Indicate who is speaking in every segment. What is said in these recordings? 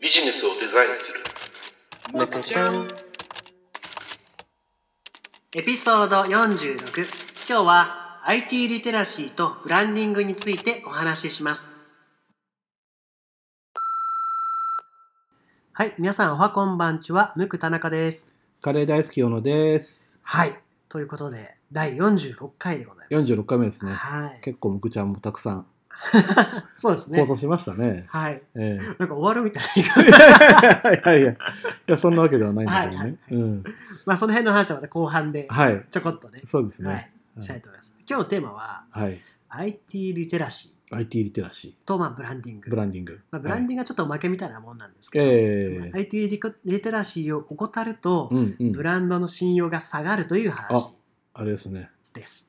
Speaker 1: ビジネスをデザインする
Speaker 2: むかちゃん
Speaker 3: エピソード46今日は IT リテラシーとブランディングについてお話ししますはい皆さんおはこんばんちはむく田中です
Speaker 2: カレー大好き小野です
Speaker 3: はいということで第46回でござい
Speaker 2: 46回目です
Speaker 3: ま
Speaker 2: ね
Speaker 3: すはい
Speaker 2: 結構むくちゃんもたくさん
Speaker 3: そうですね
Speaker 2: 放送しました ね
Speaker 3: はい
Speaker 2: え
Speaker 3: なんか終わるみたい
Speaker 2: えい
Speaker 3: な
Speaker 2: やいやいやそんなわけではないんだけどね
Speaker 3: はいは
Speaker 2: うん
Speaker 3: まあその辺の話はまた後半で
Speaker 2: はい
Speaker 3: ちょこっとね
Speaker 2: そうです
Speaker 3: は
Speaker 2: ね
Speaker 3: いしたいと思います今日のテーマは
Speaker 2: はい
Speaker 3: IT リテラシ
Speaker 2: IT リテラシ
Speaker 3: ーとまあブランディング
Speaker 2: ーブランディング
Speaker 3: まあ、ブランディングはちょっとおまけみたいなもんなんですけど、
Speaker 2: ええ
Speaker 3: IT リコリテラシーを怠ると、
Speaker 2: うんうん
Speaker 3: ブランドの信用が下がるという話
Speaker 2: あれですね
Speaker 3: です。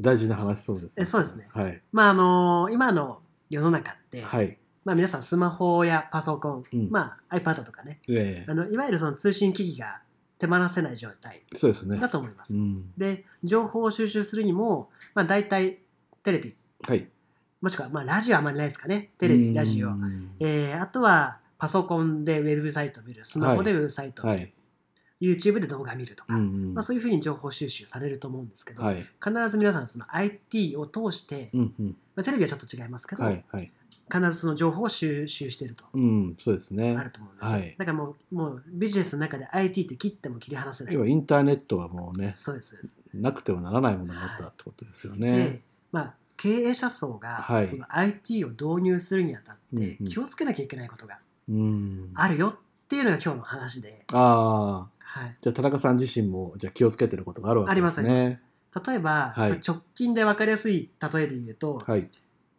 Speaker 2: 大事な話そうです
Speaker 3: えそうですね
Speaker 2: はい
Speaker 3: まああの今の世の中って、
Speaker 2: はい
Speaker 3: まあ、皆さんスマホやパソコン、
Speaker 2: うん
Speaker 3: まあ、iPad とかね
Speaker 2: ええ
Speaker 3: あのいわゆるその通信機器が手放せない状態
Speaker 2: そうですね
Speaker 3: だと思います。
Speaker 2: うん
Speaker 3: で情報を収集するにも、まあ、大体テレビ
Speaker 2: はい
Speaker 3: もしくは、まあ、ラジオはあまりないですかねテレビラジ
Speaker 2: う
Speaker 3: オ、
Speaker 2: ん
Speaker 3: えーあとはパソコンでウェブサイトを見るスマホでウェブサイトを見る、
Speaker 2: はい
Speaker 3: YouTube で動画見るとか、
Speaker 2: うんう
Speaker 3: まあ、
Speaker 2: ん
Speaker 3: そういうふうに情報収集されると思うんですけど、
Speaker 2: はい
Speaker 3: 必ず皆さんその IT を通して、
Speaker 2: うんうん
Speaker 3: まあ、テレビはちょっと違いますけど、
Speaker 2: はいはい
Speaker 3: 必ずその情報を収集していると。
Speaker 2: うんそうですね
Speaker 3: あると思うんですよ、
Speaker 2: はい
Speaker 3: だからもうもうビジネスの中で IT って切っても切り離せない
Speaker 2: 要。はインターネットはもうね
Speaker 3: そうですそうです。
Speaker 2: なくてはならないものになったってことですよ
Speaker 3: で
Speaker 2: ね。、
Speaker 3: まあ、経営者層
Speaker 2: は
Speaker 3: が
Speaker 2: い
Speaker 3: その IT を導入するにあたっ
Speaker 2: うん
Speaker 3: て
Speaker 2: うん
Speaker 3: 気をつけなきゃいけないことが
Speaker 2: うん、あ
Speaker 3: あるよっていうのが今日の話で、
Speaker 2: あ
Speaker 3: はい、
Speaker 2: じゃあ田中さん自身もじゃあ気をつけてることがあるわけですね。
Speaker 3: ありますあり例えば、
Speaker 2: はい
Speaker 3: まあ直近で分かりやすい例えで言うと、
Speaker 2: はい。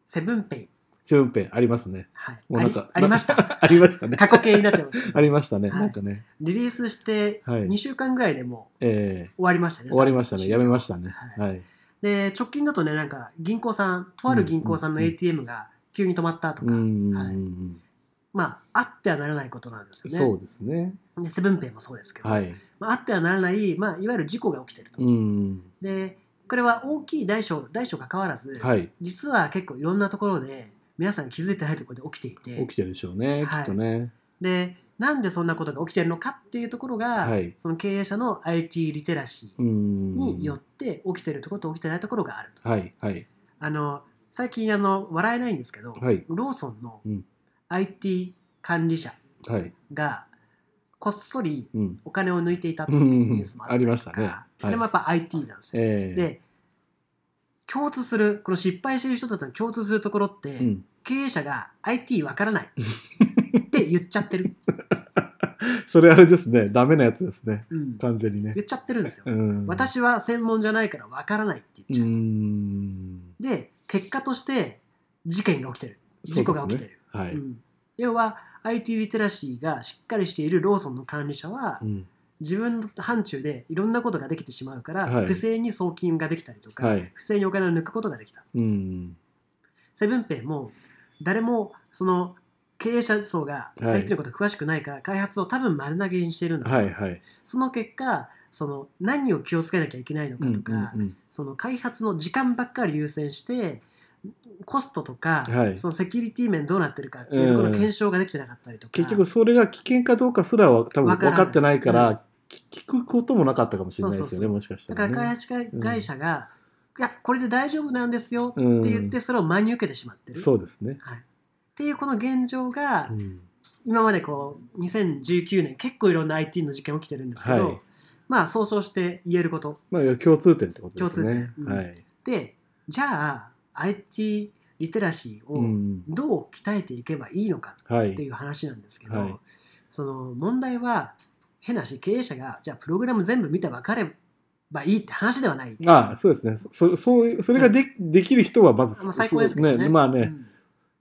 Speaker 3: セブンペイ、
Speaker 2: セブンペンありますね。
Speaker 3: はい、
Speaker 2: もう
Speaker 3: あ
Speaker 2: なん
Speaker 3: り
Speaker 2: か
Speaker 3: ありました。
Speaker 2: た。ありましたね。
Speaker 3: 過去形になっちゃいま すけど
Speaker 2: ありましたね。
Speaker 3: はい
Speaker 2: なんかね、
Speaker 3: リリースして
Speaker 2: はい
Speaker 3: 2週間ぐらいでも
Speaker 2: え
Speaker 3: う終わりました
Speaker 2: ー
Speaker 3: ね。
Speaker 2: 終わりましたね。やめましたね。
Speaker 3: はい
Speaker 2: はい。
Speaker 3: で、直近だとね、なんか銀行さん、とある銀行さんの
Speaker 2: うんうん
Speaker 3: ATM が急に止まったと
Speaker 2: う
Speaker 3: か、
Speaker 2: ん、
Speaker 3: はい
Speaker 2: うん
Speaker 3: まあ、あってはならないことなんです
Speaker 2: そ
Speaker 3: よ
Speaker 2: うですね。
Speaker 3: ね。でセブンペイもそうですけど、
Speaker 2: はい。
Speaker 3: まあ、あってはならない、まあ、いわゆる事故が起きてると。
Speaker 2: うん。
Speaker 3: で、これは大きい大小、大小関わらず、
Speaker 2: はい。実
Speaker 3: 実は結構いろんなところで、皆さん気づいてないところで起きてい
Speaker 2: 起
Speaker 3: て
Speaker 2: き、てるでしょうね。
Speaker 3: は
Speaker 2: き
Speaker 3: い
Speaker 2: っとね。
Speaker 3: で、なんでそんなことが起きてるのかっていうところが、
Speaker 2: はい
Speaker 3: その経営者の IT リテラシ
Speaker 2: う
Speaker 3: ー、
Speaker 2: ん。
Speaker 3: によって起きてるところと起きてないところがあると。
Speaker 2: はいはい
Speaker 3: あの最近あの笑えないんですけど、
Speaker 2: はい
Speaker 3: ローソンの
Speaker 2: うん
Speaker 3: IT 管理者
Speaker 2: はい。
Speaker 3: がこっそり
Speaker 2: うん。
Speaker 3: お金を抜いていたって
Speaker 2: う
Speaker 3: いうんニュースもあ
Speaker 2: あ
Speaker 3: った
Speaker 2: り
Speaker 3: り
Speaker 2: ま
Speaker 3: と
Speaker 2: したね。
Speaker 3: か、あれもやっぱ IT なんですよ。
Speaker 2: えー、
Speaker 3: で共通するこの失敗してる人たちの共通するところって、
Speaker 2: うん。
Speaker 3: 経営者が IT わからない って言っちゃってる、
Speaker 2: それあれですね。ダメなやつですね。
Speaker 3: うん
Speaker 2: 完全にね
Speaker 3: 言。っちゃってるんですよ。
Speaker 2: うん、
Speaker 3: 私は専門じゃないからわからないって言っ
Speaker 2: う
Speaker 3: ちゃう。
Speaker 2: ん
Speaker 3: で結果として事件が起きてる
Speaker 2: そうですね
Speaker 3: 事故が起きてる、
Speaker 2: はい、
Speaker 3: うん要は IT リテラシーがしっかりしているローソンの管理者は
Speaker 2: うん
Speaker 3: 自分の範疇でいろんなことができてしまうから、
Speaker 2: はい
Speaker 3: 不正に送金ができたりとか、
Speaker 2: はい
Speaker 3: 不正にお金を抜くことができた
Speaker 2: うん
Speaker 3: セブンペイも誰もその経営者層が
Speaker 2: はい
Speaker 3: IT のこと詳しくないから開発を多分丸投げにしてるんだと
Speaker 2: は
Speaker 3: 思うん
Speaker 2: い
Speaker 3: です、
Speaker 2: はい
Speaker 3: その結果その何を気をつけなきゃいけないのかとか、
Speaker 2: うんうん
Speaker 3: その開発の時間ばっかり優先してコストとか、
Speaker 2: はい
Speaker 3: そのセキュリティ面どうなってるかっていうところの検証ができてなかったりとか、
Speaker 2: 結局それが危険かどうかすらは多分
Speaker 3: わ
Speaker 2: 分
Speaker 3: からない
Speaker 2: かってないか
Speaker 3: う
Speaker 2: らき聞くこともなかったかもしれないですよね
Speaker 3: そうそうそう
Speaker 2: もしかした
Speaker 3: だからら
Speaker 2: ね
Speaker 3: 開発会社が、いやこれで大丈夫なんですよって言ってそれを真に受けてしまってる、
Speaker 2: そうですね、
Speaker 3: はい、っていうこの現状が
Speaker 2: うん
Speaker 3: 今までこう2019年結構いろんな IT の事件起きてるんですけど、
Speaker 2: はい
Speaker 3: まあ総称して言えること
Speaker 2: まあ共通点ってことですね
Speaker 3: 共通点うん
Speaker 2: はい
Speaker 3: でじゃあ IT リテラシー
Speaker 2: う
Speaker 3: を
Speaker 2: ん
Speaker 3: どう鍛えていけばいいのか
Speaker 2: は
Speaker 3: って
Speaker 2: い
Speaker 3: いう話なんですけど、
Speaker 2: はい
Speaker 3: その問題は変な話経営者がじゃあプログラム全部見て分かればいいって話ではない。
Speaker 2: ああそうですねそそういうそれがで,、できる人はまず
Speaker 3: まあ、最高ですけどね。
Speaker 2: まあね、
Speaker 3: うん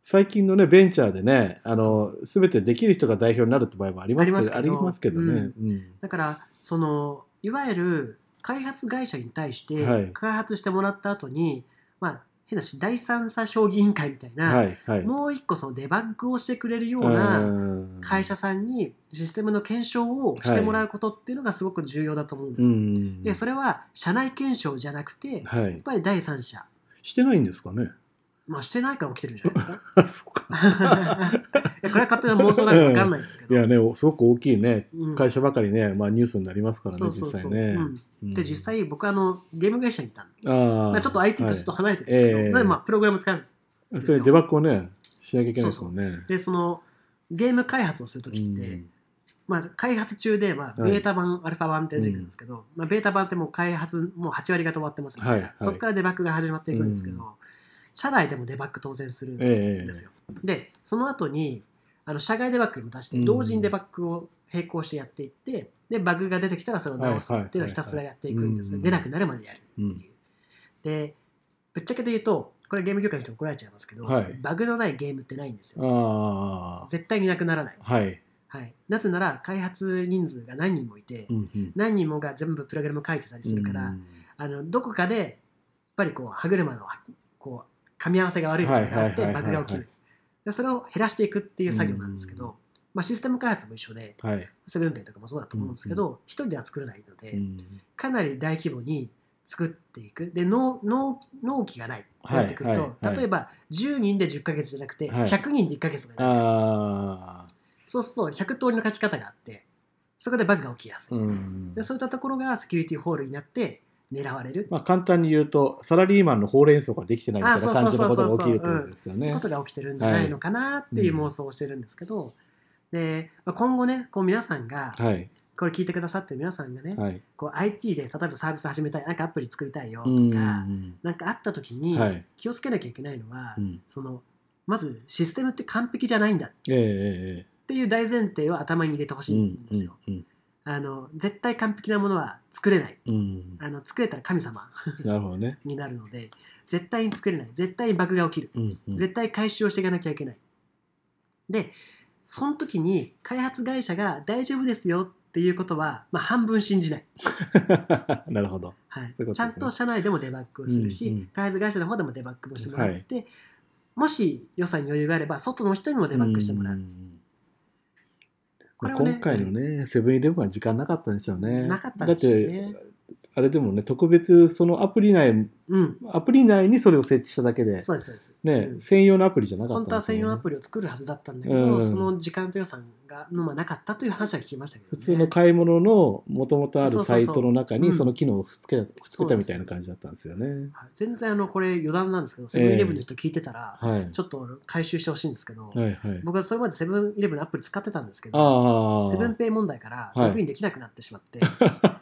Speaker 2: 最近のねベンチャーでねあの全てできる人が代表になるって場合もありますけど
Speaker 3: あ
Speaker 2: あ
Speaker 3: り
Speaker 2: り
Speaker 3: ま
Speaker 2: ますす
Speaker 3: け
Speaker 2: け
Speaker 3: ど
Speaker 2: どね、うん
Speaker 3: だからそのいわゆる開発会社に対して、
Speaker 2: はい
Speaker 3: 開発してもらった後にまあ変なし第三者評議委員会みたいな、
Speaker 2: はいはい
Speaker 3: もう一個そのデバッグをしてくれるような
Speaker 2: な
Speaker 3: 会社さんにシステムの検証をしてもらうことっていうのがすごく重要だと思うんですよ。
Speaker 2: で
Speaker 3: でそれは社内検証じゃなくて、
Speaker 2: は
Speaker 3: やっ
Speaker 2: い、
Speaker 3: ぱり第三者
Speaker 2: してないんですかね。
Speaker 3: まあしてないから起きてるんじゃない ですか
Speaker 2: あそうか。
Speaker 3: いやこれは勝手な妄想なんで分かんないんですけ
Speaker 2: い
Speaker 3: ど、
Speaker 2: やね、おすごく大きいね、
Speaker 3: うん
Speaker 2: 会社ばかりね、まあニュースになりますから
Speaker 3: そ
Speaker 2: ね、
Speaker 3: うそう
Speaker 2: 実際
Speaker 3: そう、
Speaker 2: ね
Speaker 3: う。ん
Speaker 2: うん
Speaker 3: で実、際僕あのゲーム会社にいたんで、
Speaker 2: あ
Speaker 3: ま
Speaker 2: あ
Speaker 3: あ、ちょっと IT とちょっと離れてるん
Speaker 2: はい
Speaker 3: ですけど、
Speaker 2: ええ
Speaker 3: なんでまあプログラム使うん
Speaker 2: はいそれデバッグをね、しなきゃいけないですもんね。
Speaker 3: でそのゲーム開発をするときって、
Speaker 2: うん
Speaker 3: まあ、開発中で、まあ、
Speaker 2: はい
Speaker 3: ベータ版、アルファ版って出てくるんですけど、まあ、ベータ版ってもう開発もう8割方終わってますので、
Speaker 2: はいはい
Speaker 3: そこからデバッグが始まっていくんですけ
Speaker 2: う
Speaker 3: ど、社内でもデバッグ当然するん
Speaker 2: ええ
Speaker 3: ですよ。でその後にあの社外デバッグにも出して
Speaker 2: うん
Speaker 3: 同時にデバッグを並行してやっていってでバグが出てきたらそれを直すっていうのをひたすらやっていくんですね、
Speaker 2: はいは
Speaker 3: 出
Speaker 2: いは
Speaker 3: ないくなるまでやる
Speaker 2: う
Speaker 3: って
Speaker 2: ん
Speaker 3: いう。でぶっちゃけて言うとこれゲーム業界の人に怒られちゃいますけど、
Speaker 2: はい
Speaker 3: バグのないゲームってないんですよ。
Speaker 2: あ
Speaker 3: 絶対になくならない
Speaker 2: あ、はい。
Speaker 3: はい、なぜなら開発人数が何人もいて、
Speaker 2: うんうん
Speaker 3: 何人もが全部プログラム書いてたりするから、
Speaker 2: うん
Speaker 3: あのどこかでやっぱりこう歯車のこう噛み合わせが悪いところがあって
Speaker 2: はいはい
Speaker 3: バ
Speaker 2: はいはいはい
Speaker 3: グが起きるでそれを減らしていくっていう作業なんですけど、
Speaker 2: うん
Speaker 3: まあ、システム開発も一緒で
Speaker 2: はい。
Speaker 3: セブンペイとかもそうだと思うんですけど一、人では作れないので、
Speaker 2: うん
Speaker 3: かなり大規模に作っていくで納納納期がないって
Speaker 2: はい
Speaker 3: なってくると、
Speaker 2: はいはい
Speaker 3: 例えば10人で10ヶ月じゃなくて
Speaker 2: はい
Speaker 3: 100人で1ヶ月とかになるんですよ
Speaker 2: ああ、
Speaker 3: そうすると100通りの書き方があってそこでバグが起きやすい、
Speaker 2: うん
Speaker 3: でそういったところがセキュリティホールになって狙われる
Speaker 2: まあ簡単に言うと、サラリーマンのほうれん草ができてないみたいな感じのことが起きるってことですよ
Speaker 3: って
Speaker 2: ね
Speaker 3: こ。とが起きてるんじゃないのかなっていう妄想をしてるんですけど、でまあ、今後ねこう皆さんが、
Speaker 2: はい。
Speaker 3: これ聞いてくださってる皆さんがね、
Speaker 2: はい。
Speaker 3: こう IT で例えばサービス始めたいなんかアプリ作りたいよと
Speaker 2: う
Speaker 3: か、
Speaker 2: ん
Speaker 3: なんかあった時
Speaker 2: うん
Speaker 3: に
Speaker 2: はい。
Speaker 3: 気をつけなきゃいけないのは、
Speaker 2: うん
Speaker 3: そのまずシステムって完璧じゃないんだっ
Speaker 2: えええ
Speaker 3: ていう大前提を頭に入れてほ
Speaker 2: え。
Speaker 3: し
Speaker 2: う
Speaker 3: い
Speaker 2: ん
Speaker 3: ん
Speaker 2: う
Speaker 3: ですよ。
Speaker 2: んうん
Speaker 3: あの絶対完璧なものは作れない
Speaker 2: うん。
Speaker 3: あの作れたら神様
Speaker 2: なるほどね。
Speaker 3: になるので絶対に作れない絶対にバグが起きる
Speaker 2: うんうん
Speaker 3: 絶対回収をしていかなきゃいけないでその時に開発会社が大丈夫ですよっていうことは、まあ、半分信じない、
Speaker 2: なるほど。
Speaker 3: はい
Speaker 2: そういうことですね
Speaker 3: ちゃんと社内でもデバッグをするし、
Speaker 2: うんうん
Speaker 3: 開発会社の方でもデバッグをしてもらって、もし予算に余裕があれば外の人にもデバッグしてもらう、
Speaker 2: んんん
Speaker 3: これをね
Speaker 2: 今回のね、セブンイレブンは時間なかったんでしょうね。
Speaker 3: なかったんでしょうね
Speaker 2: だって、あれでもね、特別、そのアプリ内、
Speaker 3: うん
Speaker 2: アプリ内にそれを設置しただけで、
Speaker 3: そうですそうです、
Speaker 2: ね
Speaker 3: う、ん
Speaker 2: 専用のアプリじゃなか
Speaker 3: 本
Speaker 2: っ
Speaker 3: 当
Speaker 2: たん
Speaker 3: は
Speaker 2: ですよ
Speaker 3: 専
Speaker 2: ね
Speaker 3: 用アプリを作るはずだったんだけど、
Speaker 2: うん
Speaker 3: その時間と予算がのまあなかったという話は聞きましたけど、ね、
Speaker 2: 普通の買い物のもともとあ
Speaker 3: そう
Speaker 2: る
Speaker 3: そうそう
Speaker 2: サイトの中
Speaker 3: う
Speaker 2: に
Speaker 3: ん
Speaker 2: その機能をくっつけたくっつけたみたいな感じだったんですよね。
Speaker 3: はい全然あのこれ余談なんですけどセ
Speaker 2: え
Speaker 3: ブンイレブンの人聞いてたら、
Speaker 2: はい。
Speaker 3: ちょっと回収してほしいんですけど、
Speaker 2: はいはい。
Speaker 3: 僕はそれまでセブンイレブンのアプリ使ってたんですけど
Speaker 2: ああ。
Speaker 3: セブンペイ問題から
Speaker 2: はい
Speaker 3: ログインできなくなってし まって、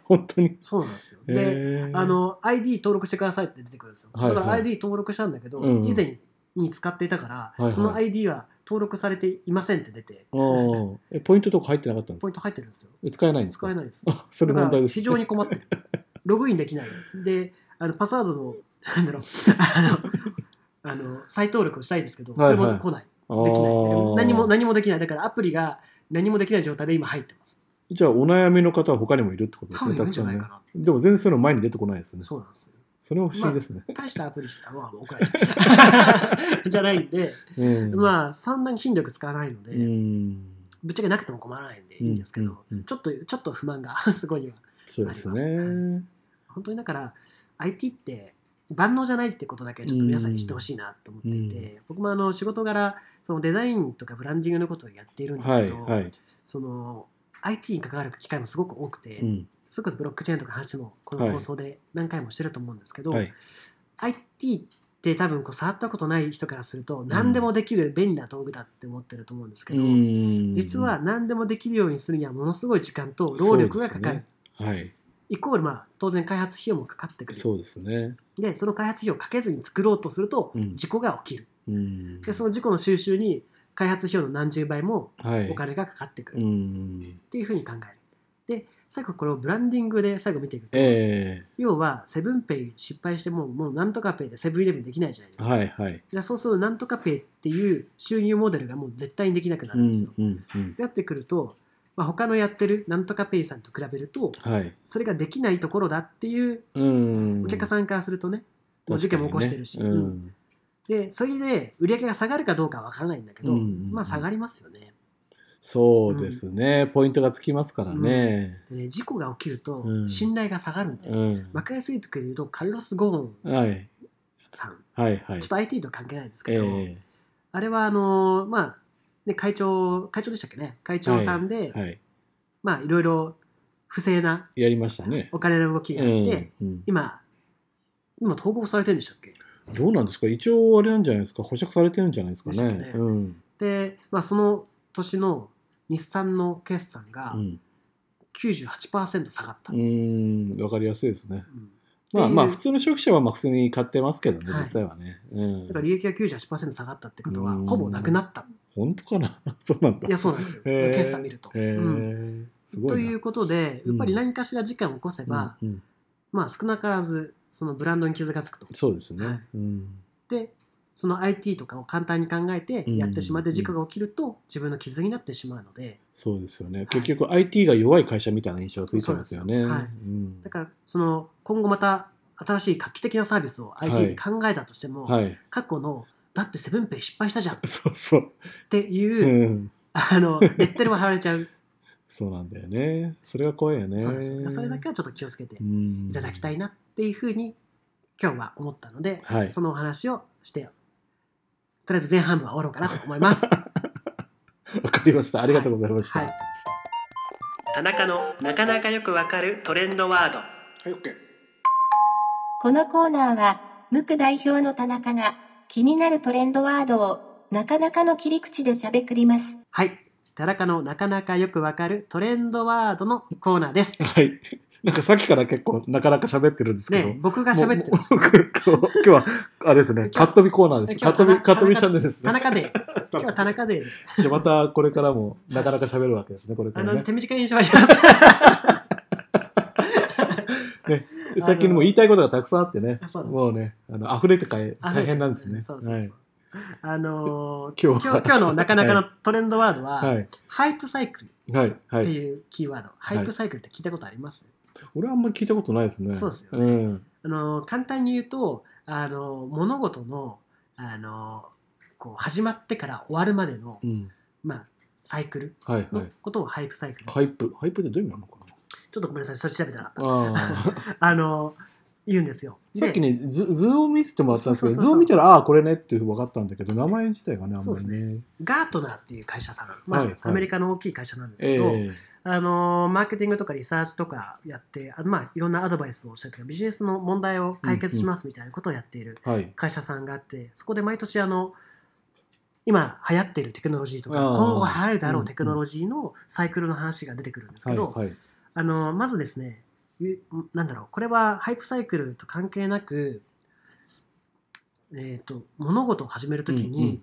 Speaker 2: 本当に。
Speaker 3: そうなんですよで、
Speaker 2: へー
Speaker 3: あ、の ID 登録してくださいって出てくるんですよ、
Speaker 2: はいはい
Speaker 3: だから ID 登録したんだけど、
Speaker 2: うん
Speaker 3: 以前に使っていたから、
Speaker 2: いはい
Speaker 3: その ID は登録されていませんって出て
Speaker 2: おーえポイントとか入ってなかったんです
Speaker 3: ポ
Speaker 2: か
Speaker 3: イント入ってるんですよ
Speaker 2: 使えないんですか
Speaker 3: 使えないです
Speaker 2: あそれ
Speaker 3: だ
Speaker 2: 問
Speaker 3: か
Speaker 2: 題
Speaker 3: ら
Speaker 2: です。
Speaker 3: 非常に困 ってる。ログインできない。で、あのパスワードの、なんだろう、あの、あの再登録をしたいんですけど、
Speaker 2: はいはい
Speaker 3: それも来ない。
Speaker 2: あ
Speaker 3: できない。
Speaker 2: ー
Speaker 3: 何も、何もできない。だからアプリが何もできない状態で今入ってます。
Speaker 2: じゃあ、お悩みの方は他にもいるってことで
Speaker 3: 多
Speaker 2: す
Speaker 3: 分
Speaker 2: ね、
Speaker 3: い
Speaker 2: た
Speaker 3: るん
Speaker 2: く
Speaker 3: じ
Speaker 2: さ
Speaker 3: ゃ
Speaker 2: ん
Speaker 3: ない
Speaker 2: ね
Speaker 3: か。な。
Speaker 2: でも全然そういうの前に出てこないですね。
Speaker 3: そうなんですよ。
Speaker 2: それも不思議ですね。
Speaker 3: 大したアプリじゃ、まあ、怒られちゃ うじゃないんで、
Speaker 2: うん
Speaker 3: まあ、そんなに頻力使わないので、
Speaker 2: うん。
Speaker 3: ぶっちゃけなくても困らないんでいいんですけど、
Speaker 2: うんうん
Speaker 3: ちょっと、ちょっと不満が、 そこには。
Speaker 2: そうです
Speaker 3: ありま
Speaker 2: ね。
Speaker 3: 本当にだから IT って万能じゃないってことだけちょっと皆さんに知ってほしいなと思っていて、
Speaker 2: う
Speaker 3: 僕もあの仕事柄そのデザインとかブランディングのことをやっているんです
Speaker 2: は
Speaker 3: け
Speaker 2: い、
Speaker 3: ど、
Speaker 2: はい。
Speaker 3: その IT に関わる機会もすごく多くて、
Speaker 2: うん
Speaker 3: それこそブロックチェーンとか話もこの放送で何回もしてると思うんですけど、
Speaker 2: はい。
Speaker 3: IT って多分こう触ったことない人からすると何でもできる便利な道具だって思ってると思うんですけど、
Speaker 2: うん
Speaker 3: 実は、何でもできるようにするにはものすごい時間と労力がかかる、
Speaker 2: そうですねはい。
Speaker 3: イコールまあ当然開発費用もかかってくる
Speaker 2: そうですね。
Speaker 3: でその開発費用をかけずに作ろうとすると
Speaker 2: うん
Speaker 3: 事故が起きる、
Speaker 2: うん
Speaker 3: でその事故の収集に開発費用の何十倍も
Speaker 2: はい、
Speaker 3: お金がかかってく
Speaker 2: う
Speaker 3: るっ
Speaker 2: ん。
Speaker 3: ていうふうに考えるで最後これをブランディングで最後見ていくと、
Speaker 2: え
Speaker 3: 要はセブンペイ失敗してももうなんとかペイでセブンイレブンできないじゃないで
Speaker 2: え
Speaker 3: すか、
Speaker 2: はいはい。
Speaker 3: でそうするとなんとかペイっていう収入モデルがもう絶対にできなくな
Speaker 2: う
Speaker 3: るんですよ
Speaker 2: ん、うんうん。
Speaker 3: でやってくると、まあ、他のやってるなんとかペイさんと比べると
Speaker 2: はい。
Speaker 3: それができないところだっていう
Speaker 2: うん。
Speaker 3: お客
Speaker 2: ん、
Speaker 3: さんからするとね、もう事件も起こしてるし
Speaker 2: 確かにね
Speaker 3: でそれで売り上げが下がるかどうかは分からないんだけど、
Speaker 2: うんうんうん
Speaker 3: まあ下がりますよね
Speaker 2: そうですね、ポイントがつきますからね。
Speaker 3: でね事故が起きると
Speaker 2: うん
Speaker 3: 信頼が下がるんです、
Speaker 2: うん。
Speaker 3: 分かりやすいところで言うとカルロス・ゴーン
Speaker 2: はい。
Speaker 3: さん、
Speaker 2: はいはい
Speaker 3: ちょっ。と IT とは関係ないです
Speaker 2: え
Speaker 3: けど、
Speaker 2: え
Speaker 3: あれはあのーまあ、ね、会長、会長でしたっけね、会長さんで、
Speaker 2: はい。
Speaker 3: まあ、いろいろ不正な
Speaker 2: やりましたね。
Speaker 3: お金の動きがあって、
Speaker 2: うん
Speaker 3: 今、今統合されてるんでしたっけ
Speaker 2: うんどうなんですか一応あれなんじゃないですか保釈されてるんじゃないですか
Speaker 3: です
Speaker 2: ね。
Speaker 3: よね
Speaker 2: うん
Speaker 3: で、まあ、その年の日産の決算が
Speaker 2: うん
Speaker 3: 98%下がった。
Speaker 2: う
Speaker 3: うん
Speaker 2: ん、わかりやすいですね。
Speaker 3: ってい
Speaker 2: ま
Speaker 3: う
Speaker 2: あまあ、普通の消費者はまあ普通に買ってますけどね、
Speaker 3: はい
Speaker 2: 実際はね。うん
Speaker 3: だから利益が98%下がったってことは、
Speaker 2: うん
Speaker 3: ほぼなくなった。
Speaker 2: 本当かな そうなんだ。
Speaker 3: いや、そうなんですよ。
Speaker 2: へー
Speaker 3: 決算見ると。
Speaker 2: へ
Speaker 3: う
Speaker 2: え、
Speaker 3: ん
Speaker 2: すごいな。
Speaker 3: ということで、やっぱり何かしら事件を起こせば、
Speaker 2: うんうん
Speaker 3: まあ少なからず、そのブランドに傷がつくと。
Speaker 2: そうですね。
Speaker 3: はい
Speaker 2: うん
Speaker 3: でその IT とかを簡単に考えてやってしまっ
Speaker 2: う
Speaker 3: て
Speaker 2: ん
Speaker 3: 事故が起きると自分の傷になってしまうので
Speaker 2: そうですよね。結局 IT が弱い会社みたいな印象がついてますよね。
Speaker 3: そうなんです
Speaker 2: うん
Speaker 3: だからその今後また新しい画期的なサービスを IT で考えたとしても、
Speaker 2: はい。
Speaker 3: 過去の「だってセブンペイ失敗したじゃん」っ
Speaker 2: そうそう。
Speaker 3: ていう、
Speaker 2: うん。
Speaker 3: あのレッテルを貼られち ゃう
Speaker 2: そうなんだよね。それが怖いよね。
Speaker 3: そうなんですよだからそれだけはちょっと気をつけてい
Speaker 2: い
Speaker 3: ただきたいなっていうふうに今日は思ったので、
Speaker 2: はい
Speaker 3: そのお話をしてとりあえず前半部は終わろうかなと思 います。
Speaker 2: わかりました。ありがとうございました。
Speaker 3: はい、田中のなかなかよくわかるトレンドワード
Speaker 2: はい、OK。
Speaker 1: このコーナーは、無区代表の田中が気になるトレンドワードをなかなかの切り口でしゃべくります。
Speaker 3: はい田中のなかなかよくわかるトレンドワードのコーナー です
Speaker 2: はい。なんかさっきから結構なかなか喋ってるんですけど。
Speaker 3: ね僕が喋ってます
Speaker 2: もうもう今日今日は、あれですね、カットビコーナーです。カ
Speaker 3: 今
Speaker 2: ット
Speaker 3: 日
Speaker 2: ビ、カ
Speaker 3: 田
Speaker 2: ッ
Speaker 3: 中
Speaker 2: トビチャンネルです
Speaker 3: 田
Speaker 2: ね。
Speaker 3: 中で今日は田中で
Speaker 2: じゃあまたこれからもなかなか喋るわけですね、これか
Speaker 3: あ
Speaker 2: ら
Speaker 3: の
Speaker 2: ね。
Speaker 3: 手短にしま しょう
Speaker 2: で最近もう言いたいことがたくさんあってね
Speaker 3: あ、そうなんです
Speaker 2: もうね、あの溢れてかえ大変なんですね。
Speaker 3: そうそうそう、あのー
Speaker 2: 今
Speaker 3: 今
Speaker 2: 日
Speaker 3: 日
Speaker 2: は
Speaker 3: 今日のなかなかのトレンドワードは、
Speaker 2: はい。はい。
Speaker 3: ハイプサイクル
Speaker 2: はい。は
Speaker 3: って
Speaker 2: い。
Speaker 3: いうキーワード、ハイプサイクルって聞いたことあります、
Speaker 2: 俺はあんまり聞いたことないですね。
Speaker 3: そうですよね
Speaker 2: うん。
Speaker 3: あの簡単に言うとあの物事のあのこう始まってから終わるまでの、
Speaker 2: うん。
Speaker 3: まあ、サイクル
Speaker 2: はい。は
Speaker 3: の
Speaker 2: い。
Speaker 3: ことをハイプサイクル、
Speaker 2: ハイプ、ハイプってどういう意味なのかな
Speaker 3: ちょっとごめんなさいそれ調べてなかった
Speaker 2: ああ。
Speaker 3: あの言うんですよ
Speaker 2: さっきね
Speaker 3: で
Speaker 2: 図図を見せてもらったんですけど
Speaker 3: そうそうそうそう
Speaker 2: 図を見たらああこれねっていうふうに分かったんだけど名前自体がねあん
Speaker 3: そう
Speaker 2: ま
Speaker 3: です
Speaker 2: りね。
Speaker 3: ガートナーっていう会社さん、まあ
Speaker 2: はいはい
Speaker 3: アメリカの大きい会社なんです
Speaker 2: え
Speaker 3: け
Speaker 2: え
Speaker 3: ど、あのマーケティングとかリサーチとかやってあの、まあ、いろんなアドバイスをしたりとかビジネスの問題を解決しますみたいなことをやっている
Speaker 2: はい。
Speaker 3: 会社さんがあってそこで毎年あの今流行っているテクノロジーとか
Speaker 2: あー
Speaker 3: 今後流行るだろ
Speaker 2: うん
Speaker 3: うテクノロジーのサイクルの話が出てくるんです
Speaker 2: は
Speaker 3: け
Speaker 2: い
Speaker 3: ど、
Speaker 2: はい。
Speaker 3: あのまずですねゆなんだろうこれはハイプサイクルと関係なく、えー、と物事を始めるときに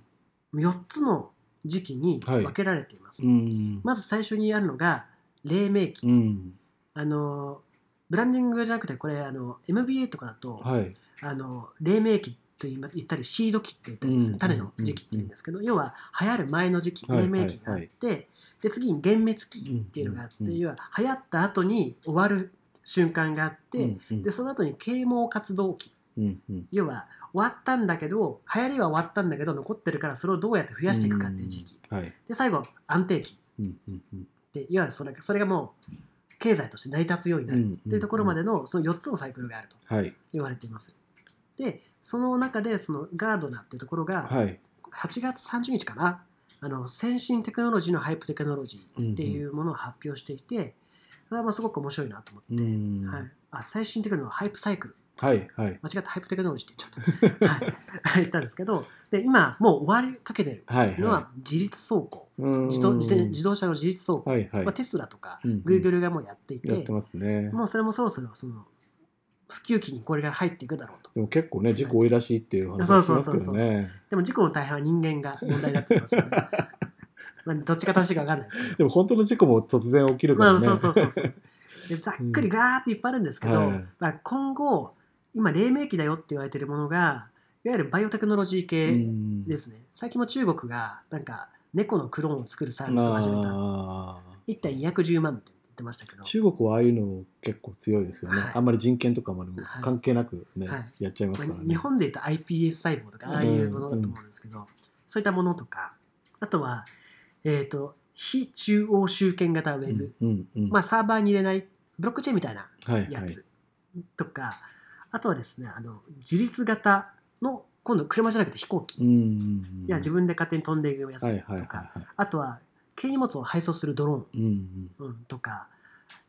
Speaker 3: 4つの時期に
Speaker 2: はい
Speaker 3: 分けられています。
Speaker 2: うん。
Speaker 3: まず最初にあるのが黎明期、
Speaker 2: うん。
Speaker 3: あのブランディングじゃなくてこれあの MBA とかだと、
Speaker 2: はい。
Speaker 3: あの黎明期と言いま言ったりシード期って言ったりです
Speaker 2: う
Speaker 3: ね
Speaker 2: ん
Speaker 3: 種の時期って言うんですけど要は流行る前の時期
Speaker 2: はい
Speaker 3: 黎明期があってで次に幻滅期っていうのがあっ
Speaker 2: うんう
Speaker 3: て
Speaker 2: ん
Speaker 3: 要は流行った後に終わる瞬間があって
Speaker 2: うん
Speaker 3: でその後に啓蒙活動期
Speaker 2: うんうん
Speaker 3: 要は終わったんだけど流行りは終わったんだけど残ってるからそれをどうやって増やしていくかっていう時期
Speaker 2: うんはい。
Speaker 3: で最後安定期
Speaker 2: うんうんうん
Speaker 3: で要はそれそれがもう経済として成り立つようになるっていうところまでのその4つのサイクルがあると。
Speaker 2: はい
Speaker 3: 言われています。で、その中でそのガードナーっていうところが
Speaker 2: はい。
Speaker 3: 8月30日かな、あの先進テクノロジーのハイプテクノロジーっていうものを発表していて、それはまあすごく面白いなと思って、
Speaker 2: うん
Speaker 3: はい、あ最新テクノロジーのハイプサイクル、
Speaker 2: はいはい
Speaker 3: 間違ってハイプテクノロジーって言っ ちゃった。はい、言った んですけど、で今もう終わりかけてる
Speaker 2: はい
Speaker 3: の
Speaker 2: は
Speaker 3: は自立走
Speaker 2: い。
Speaker 3: 行、
Speaker 2: うん
Speaker 3: 自動自転自動車の自立走行、
Speaker 2: はいはい
Speaker 3: まあ、。テスラとか
Speaker 2: うんうん
Speaker 3: グーグルがもうやっていて、
Speaker 2: やってますね。
Speaker 3: もうそれもそろそろその普及期にこれが入っていくだろうと。
Speaker 2: でも結構ね事故多いらしいっていう話をしますけどね。
Speaker 3: でも事故の大半は人間が問題だって言ってますから、ね、 まあどっちが正しいか分かんないですけど、
Speaker 2: でも本当の事故も突然起きるか
Speaker 3: ま
Speaker 2: ら
Speaker 3: あ
Speaker 2: ね。
Speaker 3: そうそうそうそうでざっくりガーっていっぱいあるんですけど、
Speaker 2: はい
Speaker 3: まあ、今後今黎明期だよって言われてるものがいわゆるバイオテクノロジー
Speaker 2: う
Speaker 3: 系
Speaker 2: ん
Speaker 3: ですね、最近も中国がなんか猫のクローンを作るサービスを始めた
Speaker 2: あー
Speaker 3: 1体210万って言ってましたけど
Speaker 2: 中国はああいうの結構強いですよね、
Speaker 3: はい
Speaker 2: あんまり人権とかも
Speaker 3: はい
Speaker 2: 関係なくね、
Speaker 3: はい
Speaker 2: やっちゃいますから
Speaker 3: まあ
Speaker 2: ね。
Speaker 3: 日本でいうと iPS 細胞とかああいうものだと思うんですけど、そういったものとかあとは、えー、と非中央集権型ウェブ、
Speaker 2: うんうんうん
Speaker 3: まあ、サーバーに入れないブロックチェーンみたいな
Speaker 2: はいはい
Speaker 3: やつとか、あとはですねあの自立型の今度車じゃなくて飛行機、
Speaker 2: うんうんうん。
Speaker 3: いや自分で勝手に飛んでいくやつと
Speaker 2: は
Speaker 3: か、
Speaker 2: いはいはいはい。
Speaker 3: あとは軽荷物を配送するドローン
Speaker 2: うんうん。
Speaker 3: うん、とか、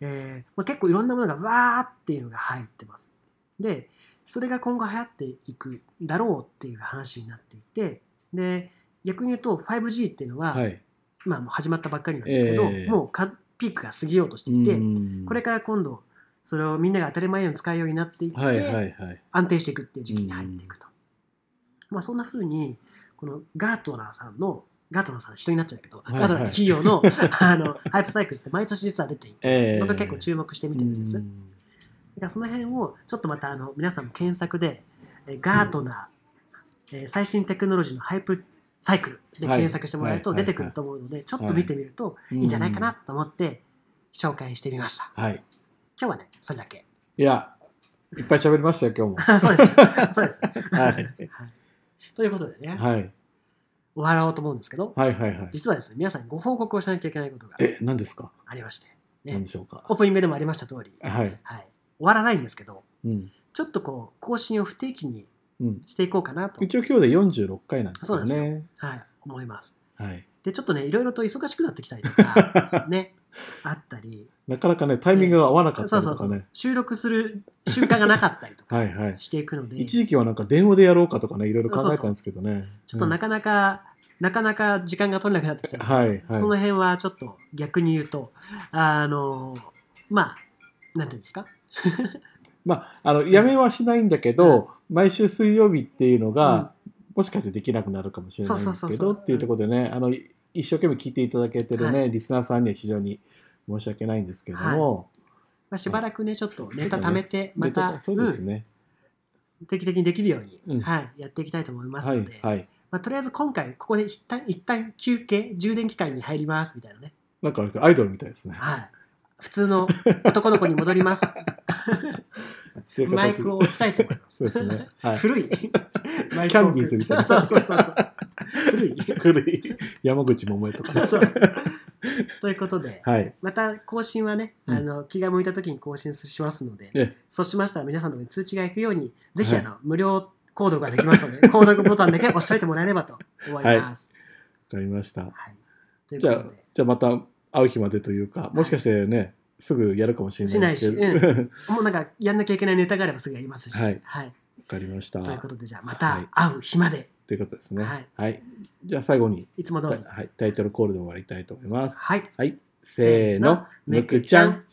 Speaker 3: えーまあ、結構いろんなものがわーっていうのが入ってます。でそれが今後流行っていくだろうっていう話になっていてで逆に言うと 5G っていうのは、
Speaker 2: はい。
Speaker 3: まあ、もう始まったばっかりなんですけど、
Speaker 2: ええ
Speaker 3: もうかピークが過ぎようとしていて、
Speaker 2: うん
Speaker 3: これから今度それをみんなが当たり前のように使うようになっていって、
Speaker 2: はいはいはい。
Speaker 3: 安定していくっていう時期に入っていくと、まあ、そんな風にこのガートナーさんのガートナーさん人になっちゃうけど、
Speaker 2: はいはい
Speaker 3: ガートナーって企 業のあのハイプサイクルって毎年実は出ていて
Speaker 2: え
Speaker 3: 僕は結構注目して見てるんです、
Speaker 2: う
Speaker 3: だからその辺をちょっとまたあの皆さんも検索でえーガートナー、えー最新テクノロジーのハイプサイクルで
Speaker 2: はい
Speaker 3: 検索してもらうと
Speaker 2: はいは
Speaker 3: 出
Speaker 2: い
Speaker 3: てくると思うのでちょっと見てみるといいんじゃないかなと思って紹介してみました
Speaker 2: はい。
Speaker 3: 今日はねそれだけ
Speaker 2: いや、いっぱい喋りましたよ、今日も。
Speaker 3: そうですそうです
Speaker 2: はい
Speaker 3: はいということでね、
Speaker 2: はい。
Speaker 3: 終わろうと思うんですけど、
Speaker 2: はいはいはい。
Speaker 3: 実はですね、皆さんにご報告をしなきゃいけないことが
Speaker 2: え、何ですか
Speaker 3: ありまして、
Speaker 2: 何
Speaker 3: ね
Speaker 2: で、しょうか
Speaker 3: オープニングでもありました通り、はい、
Speaker 2: はい。
Speaker 3: 終わらないんですけど、
Speaker 2: うん。
Speaker 3: ちょっとこう、更新を不定期に
Speaker 2: うん。
Speaker 3: していこうかなと、
Speaker 2: 一応今日で46回なんですよ
Speaker 3: そう
Speaker 2: ね。
Speaker 3: はい、思います。
Speaker 2: はい。
Speaker 3: で、ちょっとね、いろいろと忙しくなってきたり とか、ね、あったり、
Speaker 2: なかなかね、タイミングが合わなかっ
Speaker 3: そ
Speaker 2: た
Speaker 3: う
Speaker 2: り
Speaker 3: そ
Speaker 2: と
Speaker 3: うそ
Speaker 2: か
Speaker 3: う
Speaker 2: ね。、
Speaker 3: 収録する習慣がなかったりとか
Speaker 2: はいはい。
Speaker 3: していくので、
Speaker 2: 一
Speaker 3: ち
Speaker 2: 時期はなんか電話でやろうかとかね、いろいろ考えたんですけどね。
Speaker 3: ょっとなかなか、なかなか時間が取れなくなってきたり
Speaker 2: うんはいはい。
Speaker 3: その辺はちょっと逆に言うと、あの、まあ、なんていうんですか
Speaker 2: まあ、あの、やめはしないんだけど、毎週水曜日っていうのが、もしかしてできなくなるかもしれないんです
Speaker 3: そうそ
Speaker 2: け
Speaker 3: うそ
Speaker 2: ど
Speaker 3: うそう
Speaker 2: っていうところでね、あの、い一生懸命聞いていただけてるね、
Speaker 3: は
Speaker 2: リスナーさんには非常に申し訳ないんですけども、
Speaker 3: まあ、しばらくね、ちょっとネタ貯めて、ま
Speaker 2: で
Speaker 3: た、
Speaker 2: そうです
Speaker 3: うん
Speaker 2: ね。
Speaker 3: 定期的にできるように、
Speaker 2: うん
Speaker 3: はい、やっていきたいと思います
Speaker 2: は
Speaker 3: の
Speaker 2: い
Speaker 3: で、
Speaker 2: はい。
Speaker 3: まあ、とりあえず今回、ここで一旦一旦休憩、充電期間に入りますみたいなね、
Speaker 2: なんかあれですよアイドルみたいですね。
Speaker 3: はい、普通の男の子に戻 ります、
Speaker 2: という形で
Speaker 3: マイクを置きたいと思います。
Speaker 2: そうです ね。はい。
Speaker 3: 古いマイ
Speaker 2: キャンディーズみたいな
Speaker 3: そうそうそうそう。古い。
Speaker 2: 古い山口百恵と かね。
Speaker 3: そうということで、
Speaker 2: はい。
Speaker 3: また更新はね、
Speaker 2: うん
Speaker 3: あの気が向いた時に更新しますので、
Speaker 2: ええ
Speaker 3: そうしましたら皆さんの方に通知が行くように、ぜひ
Speaker 2: は
Speaker 3: あ
Speaker 2: い
Speaker 3: の、無料購読ができます ので、購読ボタンだけ押しておいてもらえればと思います。
Speaker 2: わかりました。
Speaker 3: はいという
Speaker 2: じ
Speaker 3: こ
Speaker 2: ゃ
Speaker 3: と
Speaker 2: あ
Speaker 3: で、、
Speaker 2: じゃあまた会う日までというか、もしかしてね、すぐやるかもしれないですけ
Speaker 3: しな
Speaker 2: ど。
Speaker 3: いし
Speaker 2: わ
Speaker 3: もうなんかやんなきゃいけないネタがあればすぐやりますし、
Speaker 2: はいかりました。
Speaker 3: ということで、じゃあま
Speaker 2: は
Speaker 3: た
Speaker 2: い
Speaker 3: 会う日まで、
Speaker 2: ということですね。
Speaker 3: は
Speaker 2: はいい。じゃあ最後に、
Speaker 3: いつも通り。
Speaker 2: はい、タイトルコールで終わりたいと思います。
Speaker 3: はい。
Speaker 2: はい。せーの、むくちゃん。